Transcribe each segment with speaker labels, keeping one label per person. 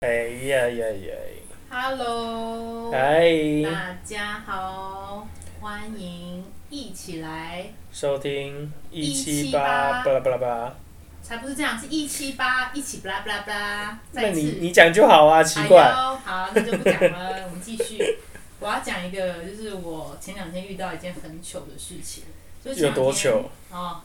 Speaker 1: 哎呀呀呀！
Speaker 2: Hello，
Speaker 1: 哎，
Speaker 2: 大家好，欢迎一起来，
Speaker 1: 收听一七八
Speaker 2: 178
Speaker 1: 巴拉巴拉巴。
Speaker 2: 才不是这样，是一七八，一起不啦不啦不啦，
Speaker 1: 那
Speaker 2: 再
Speaker 1: 你
Speaker 2: 次
Speaker 1: 你讲就好啊，奇怪。
Speaker 2: 哎呦好，那就不讲了，我们继续。我要讲一个，就是我前两天遇到一件很糗的事情，就是前
Speaker 1: 有
Speaker 2: 两
Speaker 1: 多
Speaker 2: 天
Speaker 1: 糗？
Speaker 2: 哦，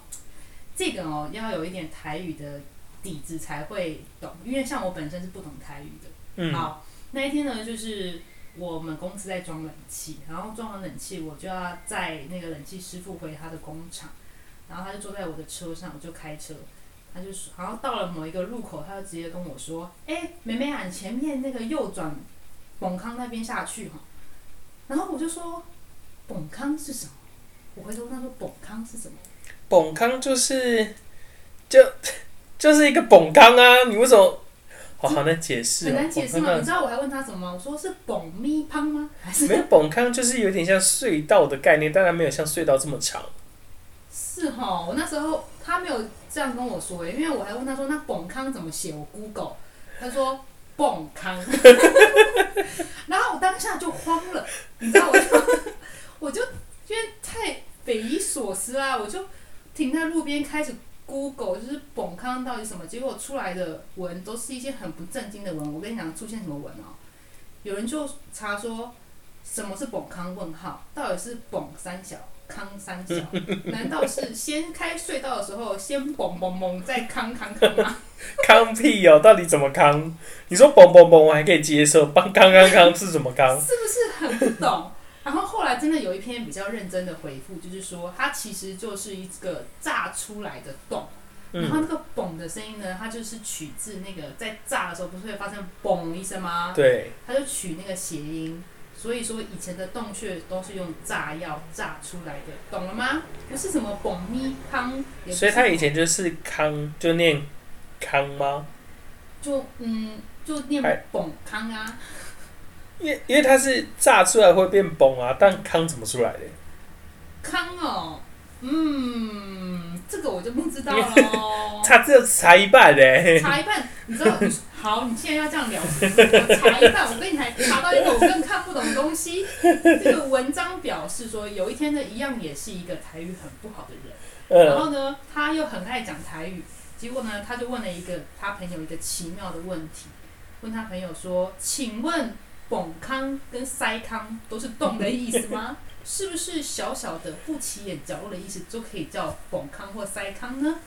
Speaker 2: 这个哦要有一点台语的底子才会懂，因为像我本身是不懂台语的。
Speaker 1: 嗯，
Speaker 2: 好，那一天呢，就是我们公司在装冷气，然后装完冷气，我就要载那个冷气师傅回他的工厂，然后他就坐在我的车上，我就开车，他就说，然后到了某一个路口，他就直接跟我说：“哎、妹妹啊，你前面那个右转，永康那边下去哈。”然后我就说：“永康是什么？”我回头问他说：“永康是什么
Speaker 1: 蹦康就是就 就是一个蹦康啊，你为什么？好好难解？”释
Speaker 2: 很
Speaker 1: 哦，
Speaker 2: 难解释
Speaker 1: 蹦
Speaker 2: 吗？
Speaker 1: 康
Speaker 2: 你
Speaker 1: 啊
Speaker 2: 知道我还问他什么吗？我说是蹦咪胖吗？还
Speaker 1: 没
Speaker 2: 是
Speaker 1: 有蹦康就是有点像隧道的概念，当然没有像隧道这么长。
Speaker 2: 是哈，我那时候他没有这样跟我说、欸，因为我还问他说那蹦康怎么写，我 Google，他说蹦康， 然后我当下就慌了，你知道我就我就因为太匪夷所思啦、我就停在路边开始 Google，就是蹦康到底什么，结果出来的文都是一些很不正经的文，我跟你讲出现什么文哦、有人就查说什么是蹦康问号，到底是蹦三小康三小，难道是先开隧道的时候先蹦蹦蹦再康康康吗？
Speaker 1: 康屁哦，到底怎么康？你说蹦蹦蹦，我还可以接受，帮康康康是什么康？
Speaker 2: 是不是很不懂？ 然后后来真的有一篇比较认真的回复，就是说它其实就是一个炸出来的洞，然后
Speaker 1: 嗯，
Speaker 2: 那个嘣的声音呢，它就是取自那个在炸的时候不是会发生嘣一声吗？
Speaker 1: 对，
Speaker 2: 它就取那个谐音，所以说以前的洞穴都是用炸药炸出来的，懂了吗？不是什么嘣咪康，也不是
Speaker 1: 所以他以前就是康，就念康吗？
Speaker 2: 就嗯就念
Speaker 1: 哎
Speaker 2: 嘣康啊。
Speaker 1: 因为因为它是炸出来会变崩啊，但康怎么出来的？。
Speaker 2: 康哦，嗯，这个我就不知道喽
Speaker 1: 它只有差一半嘞、
Speaker 2: 查一半，你知道？好，你现在要这样聊，我查一半，我跟你还查到一个我更看不懂的东西。这个文章表示说，有一天呢，一样也是一个台语很不好的人，然
Speaker 1: 嗯，
Speaker 2: 后呢，他又很爱讲台语，结果呢，他就问了一个他朋友一个奇妙的问题，问他朋友说：“请问‘蹦康’跟‘塞康’都是动的意 思吗？是不是小小的不起眼角落的意思就可以叫‘蹦康’或‘塞康’呢？”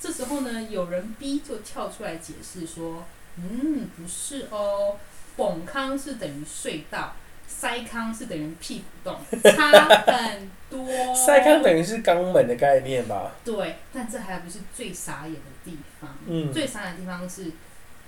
Speaker 2: 这时候呢，有人 B 就跳出来解释说：“嗯，不是哦，‘蹦康’是等于隧道，‘塞康’是等于屁股洞，差很多。’
Speaker 1: 塞康等于是肛门的概念吧？
Speaker 2: 对，但这还不是最傻眼的地方。
Speaker 1: 嗯，
Speaker 2: 最傻眼的地方是，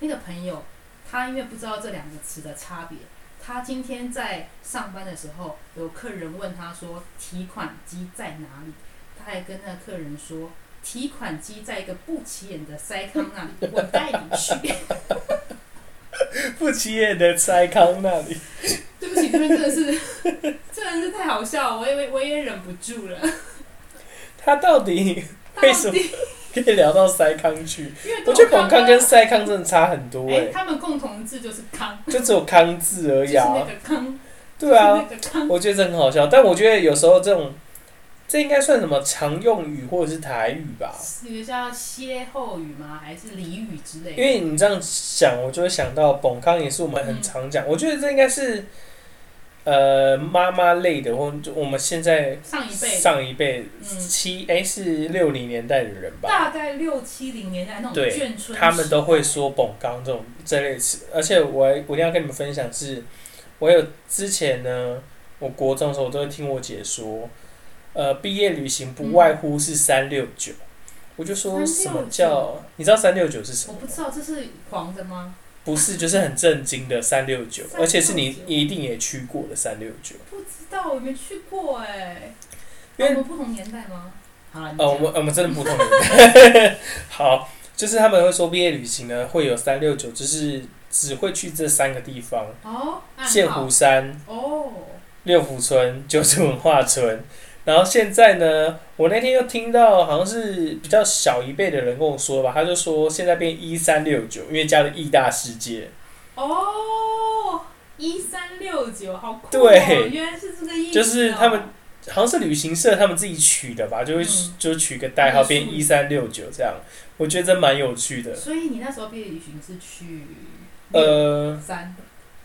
Speaker 2: 那个朋友他因为不知道这两个词的差别，他今天在上班的时候，有客人问他说提款机在哪里，他还跟那个客人说提款机在一个不起眼的塞康那 里，我带你去。
Speaker 1: 不起眼的塞康那里，
Speaker 2: 对不起，这边真的是真的是太好笑了，我也我也忍不住了。
Speaker 1: 它到底
Speaker 2: 到
Speaker 1: 为什么
Speaker 2: 底？
Speaker 1: 可以聊到塞康去？
Speaker 2: 因为
Speaker 1: 我觉得
Speaker 2: 董
Speaker 1: 孔康跟
Speaker 2: 呢
Speaker 1: 塞康真的差很多
Speaker 2: 哎、
Speaker 1: 哎、
Speaker 2: 他们共同字就是康，
Speaker 1: 就只有康字而
Speaker 2: 就是
Speaker 1: 已啊
Speaker 2: 那。个康。
Speaker 1: 对啊，
Speaker 2: 就是那个康
Speaker 1: 我觉得这很好笑，但我觉得有时候这种，这应该算什么常用语或者是台语吧？
Speaker 2: 是叫歇后语吗？还是俚语之类
Speaker 1: 因
Speaker 2: 的？
Speaker 1: 为你这样想，我就会想到“蹦康”也是我们很常讲。我觉得这应该是呃妈妈类的，或者我们现在
Speaker 2: 上一辈
Speaker 1: 上一辈
Speaker 2: 嗯
Speaker 1: 七哎、是六零年代的人吧，
Speaker 2: 大概六七零年代那种
Speaker 1: 对
Speaker 2: 眷村，
Speaker 1: 他们都会。说“蹦康”这种这类词。而且我还我一定要跟你们分享是，我有之前呢，我国中的时候我都会听我姐说，呃，毕业旅行不外乎是三六九。我就说什么叫你知道三六九是什
Speaker 2: 我
Speaker 1: 么吗
Speaker 2: 不知道这是黄的吗？
Speaker 1: 不是，就是很震惊的三六九，
Speaker 2: 369
Speaker 1: 而且是你一定也去过的三六九。
Speaker 2: 不知道，我没去过哎、
Speaker 1: 因为
Speaker 2: 我们不同年代吗？好了，你
Speaker 1: 呃，
Speaker 2: 讲
Speaker 1: 我们我们真的不同 人。好，就是他们会说毕业旅行呢，会有三六九，就是只会去这三个地方：
Speaker 2: 哦，暗号
Speaker 1: 剑湖山、
Speaker 2: 哦，
Speaker 1: 六福村、九州文化村。然后现在呢，我那天又听到好像是比较小一辈的人跟我说吧，他就说现在变一三六九，因为加了义大世界。
Speaker 2: 哦，一三六九，好酷、哦！
Speaker 1: 对
Speaker 2: 原来是这个意思、哦。
Speaker 1: 就是他们好像是旅行社他们自己取的吧，就会、
Speaker 2: 嗯
Speaker 1: 就取个代号
Speaker 2: 那个术
Speaker 1: 变
Speaker 2: 语
Speaker 1: 一三六九这样，我觉得这蛮有趣的。
Speaker 2: 所以你那时候毕业旅行是去
Speaker 1: 呃，
Speaker 2: 三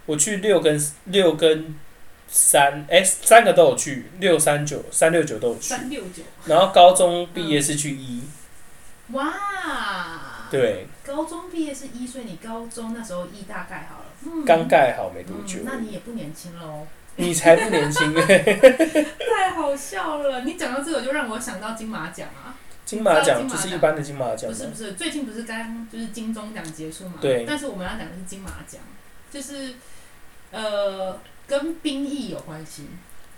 Speaker 1: 我去六跟六跟三，哎、三个都有去，六三九三六九都有去。
Speaker 2: 三嗯六九，
Speaker 1: 然后高中毕业是去一、
Speaker 2: 哇！，
Speaker 1: 对，
Speaker 2: 高中毕业是一，所以你高中那时候一大概好了，嗯，
Speaker 1: 刚盖好没多久
Speaker 2: 嗯，，那你也不年轻喽，
Speaker 1: 你才不年 轻。
Speaker 2: 太好笑了！你讲到这个就让我想到金马奖啊，
Speaker 1: 金马奖
Speaker 2: 金马
Speaker 1: 就
Speaker 2: 奖
Speaker 1: 是一般的金马奖
Speaker 2: 不
Speaker 1: 吗，
Speaker 2: 是不是，最近不是刚就是金钟奖结束嘛，
Speaker 1: 对
Speaker 2: 但是我们要讲的是金马奖，就是呃跟兵役有关系，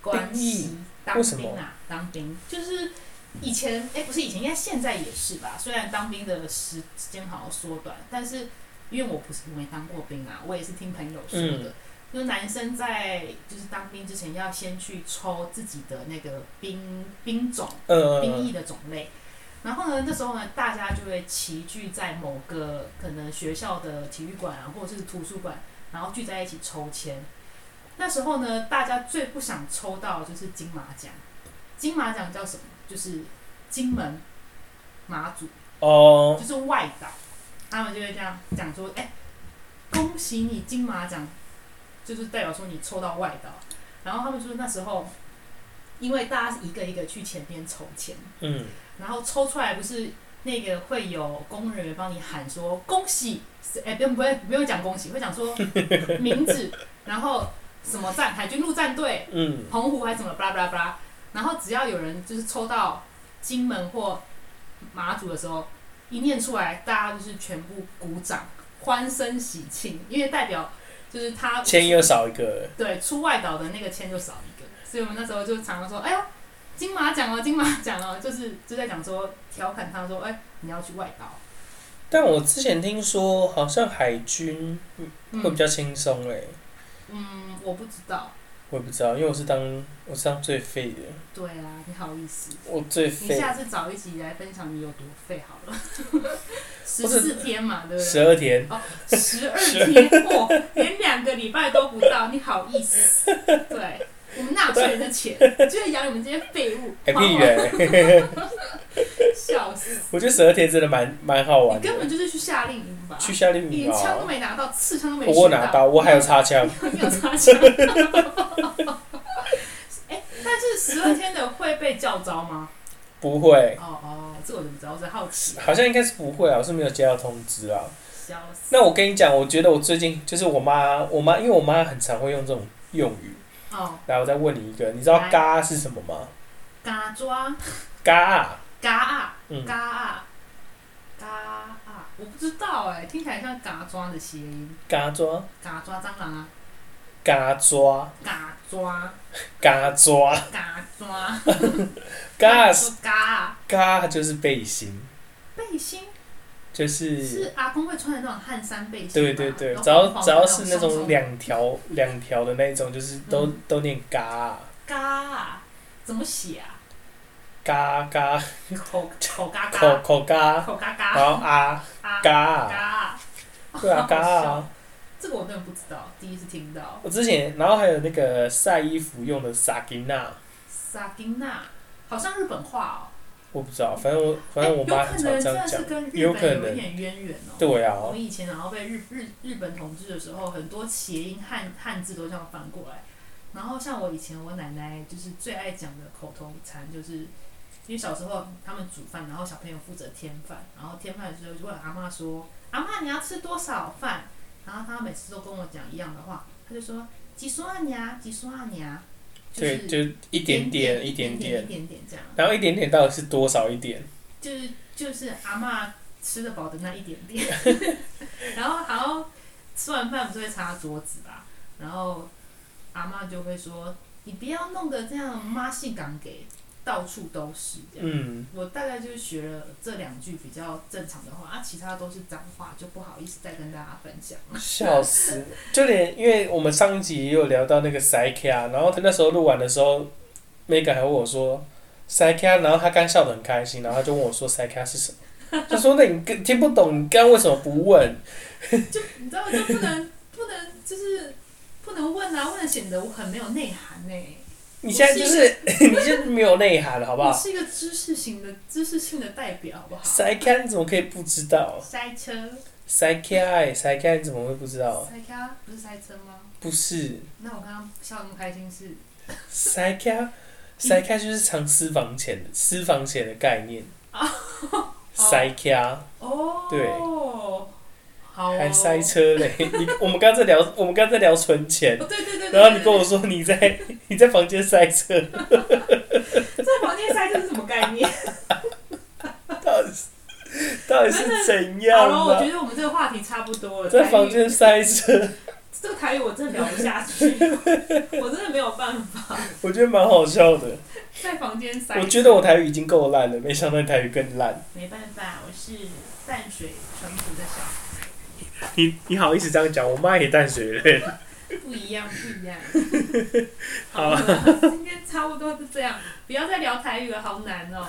Speaker 2: 关系当
Speaker 1: 为什
Speaker 2: 兵啊，当兵就是以前哎、不是以前，应该现在也是吧，虽然当兵的时间好像缩短，但是因为我不是没当过兵啊，我也是听朋友说
Speaker 1: 嗯
Speaker 2: 的。就是男生在就是当兵之前要先去抽自己的那个兵兵种，兵
Speaker 1: 呃，
Speaker 2: 役的种类。然后呢，那时候呢，大家就会齐聚在某个可能学校的体育馆啊，或者是图书馆，然后聚在一起抽签。那时候呢，大家最不想抽到的就是金马奖。金马奖叫什么？就是金门、马祖，
Speaker 1: 哦，
Speaker 2: 就是外岛，他们就会这样讲说：“哎、恭喜你金马奖，就是代表说你抽到外岛。”然后他们就是那时候，因为大家是一个一个去前面抽签。
Speaker 1: 嗯，
Speaker 2: 然后抽出来不是那个会有工作人员帮你喊说恭喜，哎、不用不用不用讲恭喜， 会讲说名字，然后什么站，海军陆战队、
Speaker 1: 嗯，
Speaker 2: 澎湖还是什么，巴拉巴拉巴拉。然后只要有人就是抽到金门或马祖的时候，一念出来，大家就是全部鼓掌，欢声喜庆，因为代表就是他
Speaker 1: 签又少一个了，
Speaker 2: 对，出外岛的那个签就少一个，所以我们那时候就常常说，哎呦，金马奖哦，金马奖哦，就是就在讲说调侃他说，哎，你要去外岛，
Speaker 1: 但我之前听说好像海军会比
Speaker 2: 嗯
Speaker 1: 较轻松欸诶，
Speaker 2: 嗯，我不知道，
Speaker 1: 我也不知道，因为我是当我是当最废的，
Speaker 2: 对啊，你好意思，
Speaker 1: 我最
Speaker 2: 你
Speaker 1: 废
Speaker 2: 下次找一集来分享你有多废好 了，十
Speaker 1: 是
Speaker 2: 四天嘛，对不
Speaker 1: 十
Speaker 2: 对？
Speaker 1: 二天，
Speaker 2: 十二天，嚯，连两个礼拜都不到，你好意思？对。我们纳税人 的钱，就是养你们这些废物，
Speaker 1: 哎
Speaker 2: 好好
Speaker 1: 屁人，
Speaker 2: 笑死！
Speaker 1: 我觉得十二天真的蛮蛮好
Speaker 2: 你
Speaker 1: 玩
Speaker 2: 根
Speaker 1: 的，
Speaker 2: 本就是去夏令营吧？
Speaker 1: 去夏令营
Speaker 2: 连枪
Speaker 1: 啊，
Speaker 2: 都没拿到，刺枪都没学
Speaker 1: 哦我有拿刀，我还有插枪，
Speaker 2: 没有插枪。哎，但是十二天的会被叫招吗？
Speaker 1: 不会，
Speaker 2: 哦哦，这我就不知道，我只是好奇。
Speaker 1: 好像应该是不会啊，我是没有接到通知啊。
Speaker 2: 笑死。
Speaker 1: 那我跟你讲，我觉得我最近就是我妈，我妈因为我妈很常会用这种用语。
Speaker 2: 哦，
Speaker 1: 来，我再问你一个，你知道
Speaker 2: 来
Speaker 1: 嘎是什么吗？
Speaker 2: 嘎抓
Speaker 1: 嘎啊，
Speaker 2: 嘎啊
Speaker 1: 嗯
Speaker 2: 嘎啊嘎啊，我不知道哎，听起来像嘎抓的谐音。
Speaker 1: 嘎抓，
Speaker 2: 嘎抓蟑螂啊，
Speaker 1: 嘎抓，
Speaker 2: 嘎抓
Speaker 1: 嘎抓，
Speaker 2: 嘎抓。
Speaker 1: 嘎
Speaker 2: 说嘎啊
Speaker 1: 嘎就是背心，
Speaker 2: 背心
Speaker 1: 就是
Speaker 2: 是阿公会穿的那种汗衫背心吧。
Speaker 1: 嗯对对对，
Speaker 2: 然后
Speaker 1: 只要
Speaker 2: 黄黄
Speaker 1: 只
Speaker 2: 的
Speaker 1: 要是那
Speaker 2: 松松
Speaker 1: 种
Speaker 2: 的
Speaker 1: 两条两条的那种，就是都
Speaker 2: 嗯
Speaker 1: 都念嘎啊
Speaker 2: 嘎啊，怎么写啊？
Speaker 1: 嘎嘎
Speaker 2: 口口嘎
Speaker 1: 口
Speaker 2: 嘎，
Speaker 1: 口嘎，
Speaker 2: 口嘎
Speaker 1: 然
Speaker 2: 嘎，
Speaker 1: 后啊嘎
Speaker 2: 啊嘎
Speaker 1: 啊，
Speaker 2: 啊，
Speaker 1: 对啊
Speaker 2: 好
Speaker 1: 嘎
Speaker 2: 笑
Speaker 1: 啊。
Speaker 2: 这个我真的不知道，第一次听到。
Speaker 1: 我之前，然后还有那个晒衣服用的萨吉娜，
Speaker 2: 萨金娜，好像日本话
Speaker 1: 我不知道，反正我
Speaker 2: 哦，
Speaker 1: 反正我妈
Speaker 2: 哎
Speaker 1: 很
Speaker 2: 有可
Speaker 1: 常这
Speaker 2: 能
Speaker 1: 样
Speaker 2: 真的
Speaker 1: 讲
Speaker 2: 是，跟日
Speaker 1: 有可
Speaker 2: 本有
Speaker 1: 能
Speaker 2: 一点渊源哦。
Speaker 1: 对啊。
Speaker 2: 我们以前然后被日日日本统治的时候，很多谐音汉汉字都这样翻过来。然后像我以前我奶奶就是最爱讲的口头禅，就是因为小时候他们煮饭，然后小朋友负责添饭，然后添饭的时候就问阿妈说：“阿妈你要吃多少饭？”然后她每次都跟我讲一样的话，她就说：“几说啊娘，几说啊娘。”
Speaker 1: 对，就是一点点，一
Speaker 2: 点
Speaker 1: 点
Speaker 2: 一
Speaker 1: 点，
Speaker 2: 点点这样，
Speaker 1: 然后一点点到底是多少一点？
Speaker 2: 就是就是阿嬷吃得饱的那一点 点，然后然后吃完饭不是会擦桌子吧，然后阿嬷就会说：“你不要弄得这样妈性感给到处都是这样。
Speaker 1: 嗯，
Speaker 2: 我大概就是学了这两句比较正常的话，啊，其他都是脏话，就不好意思再跟大家分享了。
Speaker 1: 笑死！就连因为我们上一集也有聊到那个塞卡，然后他那时候录完的时候，Mega 还问我说塞卡，然后他刚笑得很开心，然后他就问我说塞卡是什 么？他说那你跟听不懂，你刚刚为什么不问？
Speaker 2: 就你知道，就不能不就是不能问啊，问了显得我很没有内涵欸呢、
Speaker 1: 你现在就是 你就是没有内涵了，好不
Speaker 2: 我
Speaker 1: 好？
Speaker 2: 是一个知识型的知识性的代表，好不好？
Speaker 1: 塞开你怎么可以不知道？
Speaker 2: 塞车，
Speaker 1: 塞开塞开你怎么会不知道？
Speaker 2: 塞卡不是塞车吗？
Speaker 1: 不是
Speaker 2: 那我刚刚笑那么开心是
Speaker 1: 塞开塞开就是藏私房钱的私房钱的概念。塞开
Speaker 2: 哦，
Speaker 1: 对，
Speaker 2: 好哦
Speaker 1: 还塞车嘞！你我们刚才聊我们刚才聊存钱
Speaker 2: 哦，，对对对对，
Speaker 1: 然后你跟
Speaker 2: 我
Speaker 1: 我说你在你在房间塞车，
Speaker 2: 这房间塞车是什么概念？
Speaker 1: 到底是到底是怎
Speaker 2: 好
Speaker 1: 样
Speaker 2: 了，我
Speaker 1: 啊？
Speaker 2: 觉得我们这个话题差不多了。
Speaker 1: 在
Speaker 2: 台语
Speaker 1: 房间塞车，
Speaker 2: 这个台语我真的聊不下 去，我真的没有办法
Speaker 1: 我觉得蛮好笑的。
Speaker 2: 在房间塞车。
Speaker 1: 我觉得我台语已经够烂了，没想到你台语更烂。
Speaker 2: 没办法，我是淡水淳朴的小孩，
Speaker 1: 你你好意思这样讲？我妈也淡水人。
Speaker 2: 不一样不 一样。
Speaker 1: 好啊
Speaker 2: 了，今天差不多是这样，不要再聊台语了，好难哦。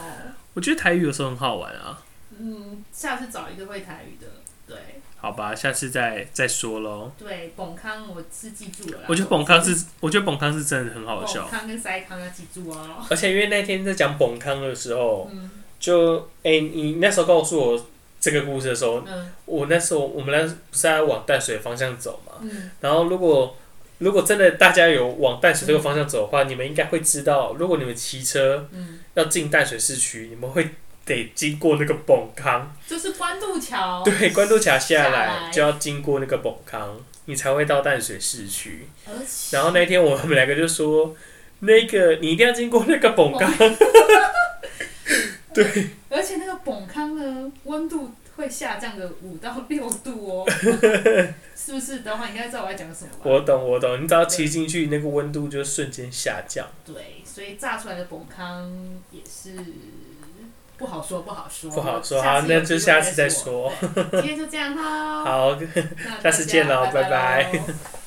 Speaker 1: 我觉得台语有时候很好玩啊。
Speaker 2: 嗯，下次找一个会台语的。对
Speaker 1: 好吧，下次再再说喽。
Speaker 2: 对，蹦康我是记住了啦。
Speaker 3: 我觉得蹦康是，我觉得蹦康是真的很好笑
Speaker 2: 蹦。康跟塞康要记住哦。
Speaker 1: 哦而且因为那天在讲崩康的时候，
Speaker 2: 嗯
Speaker 1: 就哎、你那时候告诉我这个故事的时候，
Speaker 2: 嗯
Speaker 1: 我那时候我们那不是在往淡水的方向走嘛？
Speaker 2: 嗯，
Speaker 1: 然后如果如果真的大家有往淡水这个方向走的话，你们应该会知道，如果你们骑车
Speaker 2: 嗯
Speaker 1: 要进淡水市区，你们会得经过那个崩康，
Speaker 2: 就是关渡桥。
Speaker 1: 对，关渡桥下
Speaker 2: 下
Speaker 1: 来
Speaker 2: 来
Speaker 1: 就要经过那个崩康，你才会到淡水市区。
Speaker 2: 而且
Speaker 1: 然后那天我们两个就说，那个你一定要经过那个崩康，
Speaker 2: 而且那个蹦康呢，温度会下降个五到六度哦，是不是？等会你应该知道我要讲什么吧？
Speaker 1: 我懂我懂，你只要骑进去，那个温度就瞬间下降。
Speaker 2: 对，所以炸出来的蹦康也是不好说，不好说，
Speaker 1: 不好说，
Speaker 2: 下
Speaker 1: 好，
Speaker 2: 次有
Speaker 1: 那就
Speaker 2: 机会
Speaker 1: 下次再
Speaker 2: 说。
Speaker 1: 说。
Speaker 2: 今天就这样喽，
Speaker 1: 好，
Speaker 2: 那大
Speaker 1: 下次见喽
Speaker 2: 家拜
Speaker 1: 拜
Speaker 2: 喽